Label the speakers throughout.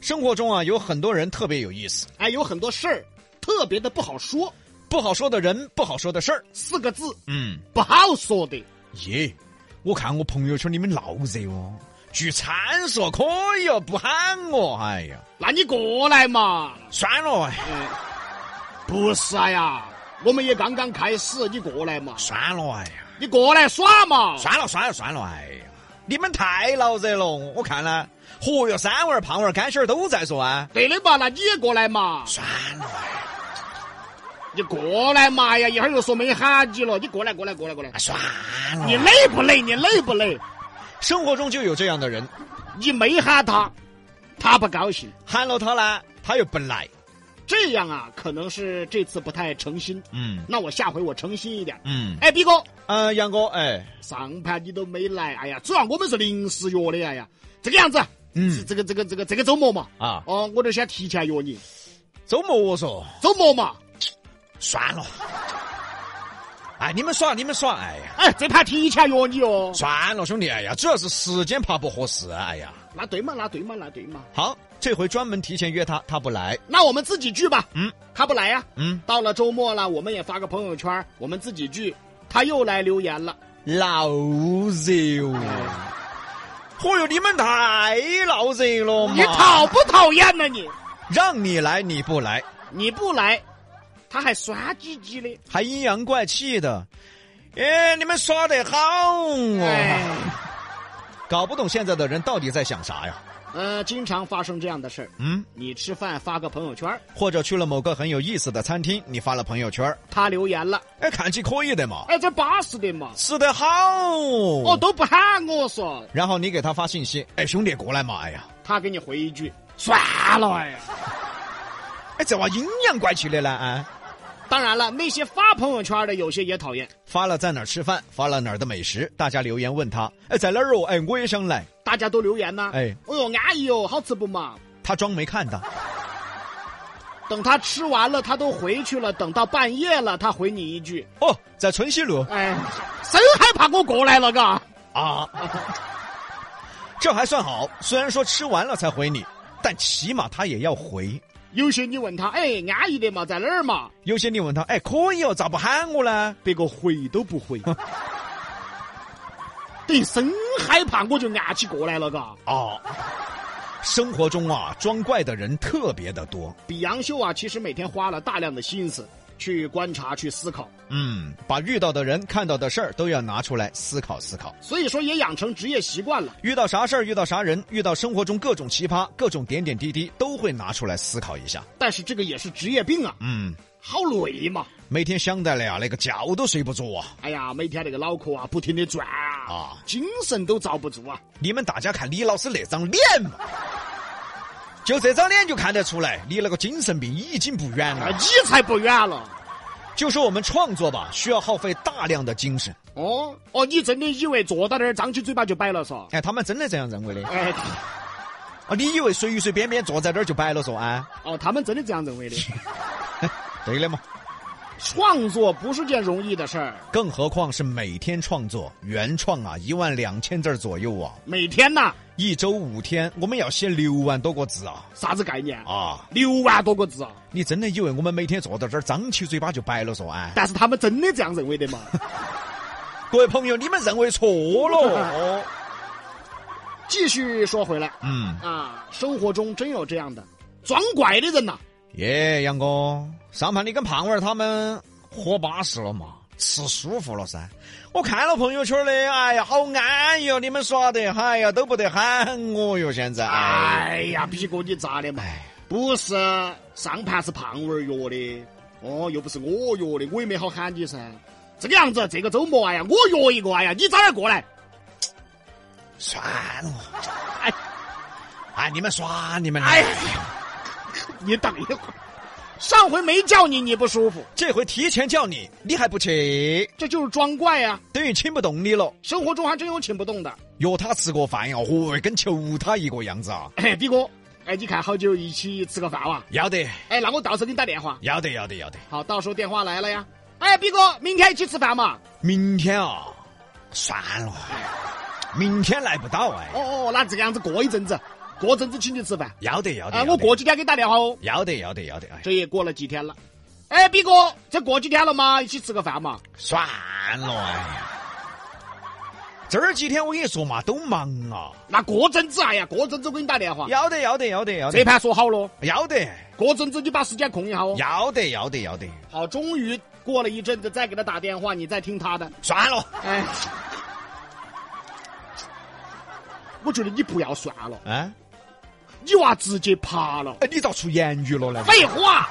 Speaker 1: 生活中啊，有很多人特别有意思，
Speaker 2: 哎，有很多事儿特别的不好说，
Speaker 1: 不好说的人，不好说的事儿。
Speaker 2: 四个字
Speaker 1: 嗯，
Speaker 2: 不好说的。
Speaker 1: 耶，我看我朋友圈你们闹热哦，聚餐说可以哦，不喊我，哎呀，
Speaker 2: 那你过来嘛？嗯
Speaker 1: 算了，哎
Speaker 2: 不是啊呀，我们也刚刚开始，你过来嘛？
Speaker 1: 算了，哎呀，
Speaker 2: 你过来耍嘛？
Speaker 1: 算了，算了，算了，哎呀，你们太闹热了，我看了，嚯哟，三娃儿、胖娃儿、干仙儿都在说啊，
Speaker 2: 对的嘛，那你也过来嘛？
Speaker 1: 算了，哎
Speaker 2: 你过来嘛呀！一会儿又说没喊你了，你过来，过来，过来，过来。
Speaker 1: 算了，
Speaker 2: 你累不累？你累不累？
Speaker 1: 生活中就有这样的人，
Speaker 2: 你没喊他，他不高兴。
Speaker 1: 喊了他呢，他又不来，
Speaker 2: 这样啊，可能是这次不太诚心。
Speaker 1: 嗯
Speaker 2: 那我下回我诚心一点。
Speaker 1: 嗯，
Speaker 2: 哎，逼哥，
Speaker 1: 呃，杨哥，哎，
Speaker 2: 上盘你都没来，哎呀，主要我们是临时约的，哎呀，这个样子，是
Speaker 1: 嗯
Speaker 2: 这个这个这个这个周末嘛，
Speaker 1: 啊，
Speaker 2: 哦，我就先提前约你，
Speaker 1: 周末我说。
Speaker 2: 周末嘛，
Speaker 1: 算了，哎，你们耍，你们耍，哎呀，
Speaker 2: 哎，这盘提前约你哦，
Speaker 1: 算了，兄弟，哎呀，主要是时间怕不合适，哎呀，
Speaker 2: 那对嘛，那对嘛，那对嘛，
Speaker 1: 好，这回专门提前约他，他不来，
Speaker 2: 那我们自己聚吧，
Speaker 1: 嗯，
Speaker 2: 他不来呀、啊
Speaker 1: 嗯，
Speaker 2: 到了周末了，我们也发个朋友圈，我们自己聚，他又来留言了，
Speaker 1: 闹热哦，嚯哟，你们太闹热了嘛，
Speaker 2: 你讨不讨厌呢你？
Speaker 1: 让你来你不来，
Speaker 2: 你不来，他还酸唧唧的，
Speaker 1: 还阴阳怪气的，哎，你们耍得好哦，
Speaker 2: 哎，
Speaker 1: 搞不懂现在的人到底在想啥呀，
Speaker 2: 呃，经常发生这样的事儿，
Speaker 1: 嗯，
Speaker 2: 你吃饭发个朋友圈，
Speaker 1: 或者去了某个很有意思的餐厅，你发了朋友圈，
Speaker 2: 他留言了，
Speaker 1: 哎，看起可以的嘛。
Speaker 2: 哎，这巴适的嘛。
Speaker 1: 吃得好
Speaker 2: 哦，
Speaker 1: 哦。
Speaker 2: 都不喊我说，
Speaker 1: 然后你给他发信息，哎，兄弟过来嘛，哎呀，
Speaker 2: 他给你回一句，算了哎呀。
Speaker 1: 哎，这娃阴阳怪气的呢，啊，
Speaker 2: 当然了，那些发朋友圈的有些也讨厌，
Speaker 1: 发了在哪儿吃饭，发了哪儿的美食，大家留言问他，哎，在哪儿哦，哎，我也想来，
Speaker 2: 大家都留言呐、哎，
Speaker 1: 哎，
Speaker 2: 哎呦，安逸哦，好吃不嘛？
Speaker 1: 他装没看到，
Speaker 2: 等他吃完了，他都回去了。等到半夜了，他回你一句，
Speaker 1: 哦，在春熙路
Speaker 2: 哎，谁还怕我过来了 嘎？
Speaker 1: 啊，这还算好，虽然说吃完了才回你，但起码他也要回。
Speaker 2: 有些你问他，哎，安逸的嘛，在哪儿嘛？
Speaker 1: 有些你问他，哎，可以哦，咋不喊我呢？
Speaker 2: 别个回都不回，等一声害怕我就按起过来了嘎。
Speaker 1: 啊，生活中啊，装怪的人特别的多。
Speaker 2: 比杨秀啊，其实每天花了大量的心思去观察、去思考，
Speaker 1: 嗯，把遇到的人、看到的事儿都要拿出来思考思考。
Speaker 2: 所以说也养成职业习惯了。
Speaker 1: 遇到啥事儿，遇到啥人，遇到生活中各种奇葩、各种点点滴滴，都会拿出来思考一下。
Speaker 2: 但是这个也是职业病啊，
Speaker 1: 嗯，
Speaker 2: 好累嘛！
Speaker 1: 每天想得了呀，那个觉都睡不着啊。
Speaker 2: 哎呀，每天那个脑壳啊，不停的转啊，
Speaker 1: 啊
Speaker 2: 精神都遭不住啊！
Speaker 1: 你们大家看李老师那张脸嘛，就这张脸就看得出来，离那个精神病已经不远
Speaker 2: 啊，
Speaker 1: 了。
Speaker 2: 你才不远了。
Speaker 1: 就说我们创作吧，需要耗费大量的精神。
Speaker 2: 哦哦，你真的以为坐到那儿张起嘴巴就摆了嗦？
Speaker 1: 哎，他们真的这样认为的
Speaker 2: 哎，
Speaker 1: 啊？你以为随随便便坐在那儿就摆了说啊？
Speaker 2: 哦，他们真的这样认为的。
Speaker 1: 对的嘛，
Speaker 2: 创作不是件容易的事儿，
Speaker 1: 更何况是每天创作原创啊，一万两千字儿左右啊，
Speaker 2: 每天呐，
Speaker 1: 一周五天，我们要写六万多个字啊
Speaker 2: 啥子概念？
Speaker 1: 啊！
Speaker 2: 六万多个字啊！
Speaker 1: 你真的以为我们每天坐到这儿张起嘴巴就摆了说啊？
Speaker 2: 但是他们真的这样认为的嘛？
Speaker 1: 各位朋友，你们认为错了 哦。
Speaker 2: 继续说回来
Speaker 1: 嗯，
Speaker 2: 啊，生活中真有这样的装拐的人呐、
Speaker 1: 耶，杨哥，上盘你跟胖娃儿他们喝巴适了嘛？吃舒服了噻！我看了朋友圈的，哎呀，好安逸哦！你们耍的，哎呀，都不得喊我哟！现在，哎，
Speaker 2: 哎呀，哎逼哥你咋的嘛？不是上盘是胖娃儿约的，哦，又不是我约的，我也没好喊你噻。这个样子，这个周末哎呀，我约一个哎呀，你早点过来。
Speaker 1: 算了，哎，哎，你们耍你们的，
Speaker 2: 哎呀，你等一会儿，上回没叫你你不舒服，
Speaker 1: 这回提前叫你，你还不去，
Speaker 2: 这就是装怪呀、
Speaker 1: 等于请不动你了。
Speaker 2: 生活中还真有请不动的。
Speaker 1: 约他吃个饭呀，嚯，跟求他一个样子啊！
Speaker 2: 哎，逼哥，哎，你看好久一起吃个饭哇、
Speaker 1: 要得，
Speaker 2: 哎，那我到时候给你打电话。
Speaker 1: 要得，要得，要得。
Speaker 2: 好，到时候电话来了呀。哎，逼哥，明天一起吃饭嘛？
Speaker 1: 明天啊，算了，明天来不到哎。啊
Speaker 2: 哦哦哦，那这个样子过一阵子，过阵子请你吃饭。
Speaker 1: 要得要得
Speaker 2: 啊，，
Speaker 1: 要
Speaker 2: 我
Speaker 1: 得
Speaker 2: 过几天给你打电话哦。
Speaker 1: 要得要得要得，哎，
Speaker 2: 这也过了几天了。哎，毕哥，这过几天了嘛，一起吃个饭嘛。
Speaker 1: 算了哎。这儿几天我跟你说嘛，都忙啊。
Speaker 2: 那过阵子，哎呀，过阵子我给你打电话。
Speaker 1: 要得要得要得要
Speaker 2: 这
Speaker 1: 得
Speaker 2: 盘说好了，
Speaker 1: 要得
Speaker 2: 过阵子你把时间空一下哦。
Speaker 1: 要得要得要得，
Speaker 2: 好，终于过了一阵子，再给他打电话，你再听他的。
Speaker 1: 算了。
Speaker 2: 哎，我觉得你不要算了，
Speaker 1: 啊，
Speaker 2: 你娃直接爬了。
Speaker 1: 哎你咋出言语了呢？
Speaker 2: 废话，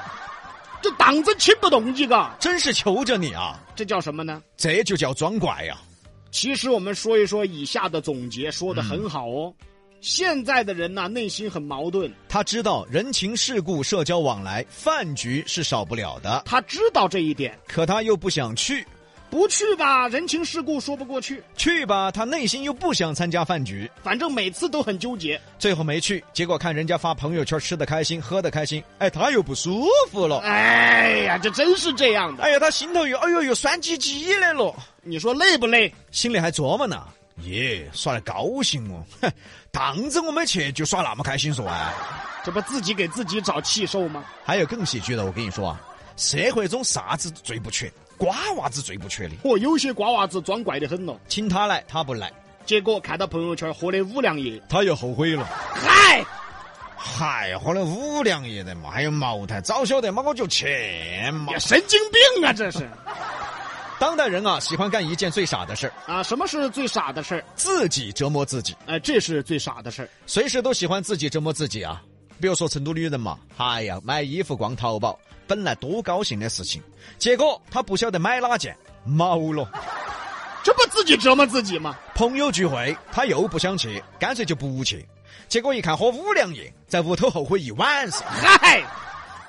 Speaker 2: 这当真请不动你个，
Speaker 1: 真是求着你啊！
Speaker 2: 这叫什么呢？
Speaker 1: 这就叫装啊怪呀、
Speaker 2: 其实我们说一说以下的总结，说的很好哦。现在的人呐、内心很矛盾，
Speaker 1: 他知道人情世故、社交往来、饭局是少不了的，
Speaker 2: 他知道这一点，
Speaker 1: 可他又不想去；
Speaker 2: 不去吧，人情世故说不过去，
Speaker 1: 去吧，他内心又不想参加饭局，
Speaker 2: 反正每次都很纠结。
Speaker 1: 最后没去。结果看人家发朋友圈，吃的开心，喝的开心，哎，他又不舒服了。
Speaker 2: 哎呀，这真是这样的。
Speaker 1: 哎呀，他心头又哎呦又酸唧唧来了，
Speaker 2: 你说累不累？
Speaker 1: 心里还琢磨呢。耶，耍得高兴哦！哼，当着我没去就耍那么开心嗦啊！
Speaker 2: 这不自己给自己找气受吗？
Speaker 1: 还有更喜剧的，我跟你说啊，社会中啥子最不缺，瓜娃子最不缺的。
Speaker 2: 嚯，有些瓜娃子装怪的很咯，
Speaker 1: 请他来，他不来，
Speaker 2: 结果看到朋友圈喝的五粮液，
Speaker 1: 他又后悔了。
Speaker 2: 嗨，
Speaker 1: 嗨，喝了五粮液的嘛，还有茅台，早晓得嘛我就去嘛
Speaker 2: 呀，。神经病啊，这是
Speaker 1: 当代人啊，喜欢干一件最傻的事儿，
Speaker 2: 啊！什么是最傻的事儿？
Speaker 1: 自己折磨自己，
Speaker 2: 哎，这是最傻的事儿。
Speaker 1: 随时都喜欢自己折磨自己啊。比如说成都女人嘛，哎呀，买衣服逛淘宝，本来多高兴的事情，结果她不晓得买哪件，毛了。
Speaker 2: 这不自己折磨自己吗？
Speaker 1: 朋友聚会，他又不想去，干脆就不去。结果一看喝五粮液，在屋头后悔一晚上。
Speaker 2: 嗨，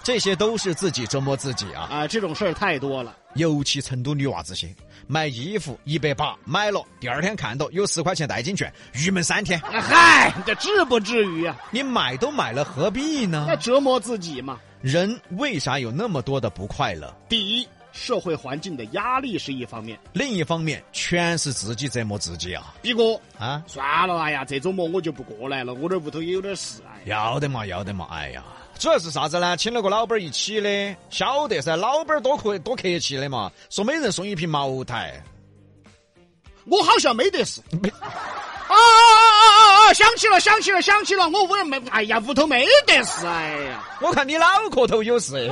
Speaker 1: 这些都是自己折磨自己啊！
Speaker 2: 啊，这种事儿太多了。
Speaker 1: 尤其成都女娃子些，买衣服一百八，买了第二天看到有十块钱代金券，郁闷三天。
Speaker 2: 啊嗨，这至不至于啊，
Speaker 1: 你买都买了，何必呢
Speaker 2: 要？折磨自己嘛。
Speaker 1: 人为啥有那么多的不快乐？
Speaker 2: 第一，社会环境的压力是一方面。
Speaker 1: 另一方面，全是自己折磨自己啊！
Speaker 2: 毕哥，
Speaker 1: 啊，
Speaker 2: 算了，哎呀，这周末我就不过来了，我这屋头也有点事。哎呀，
Speaker 1: 要得嘛，要得嘛！哎呀，主要是啥子呢？请了个老板一起的，晓得噻，老板多客多客气的嘛，说每人送一瓶茅台。
Speaker 2: 我好像没得事。
Speaker 1: 没
Speaker 2: 啊啊啊啊啊！想起了，想起了，想起了，我屋里没，哎呀，屋头没得事。哎呀，
Speaker 1: 我看你脑壳头有事。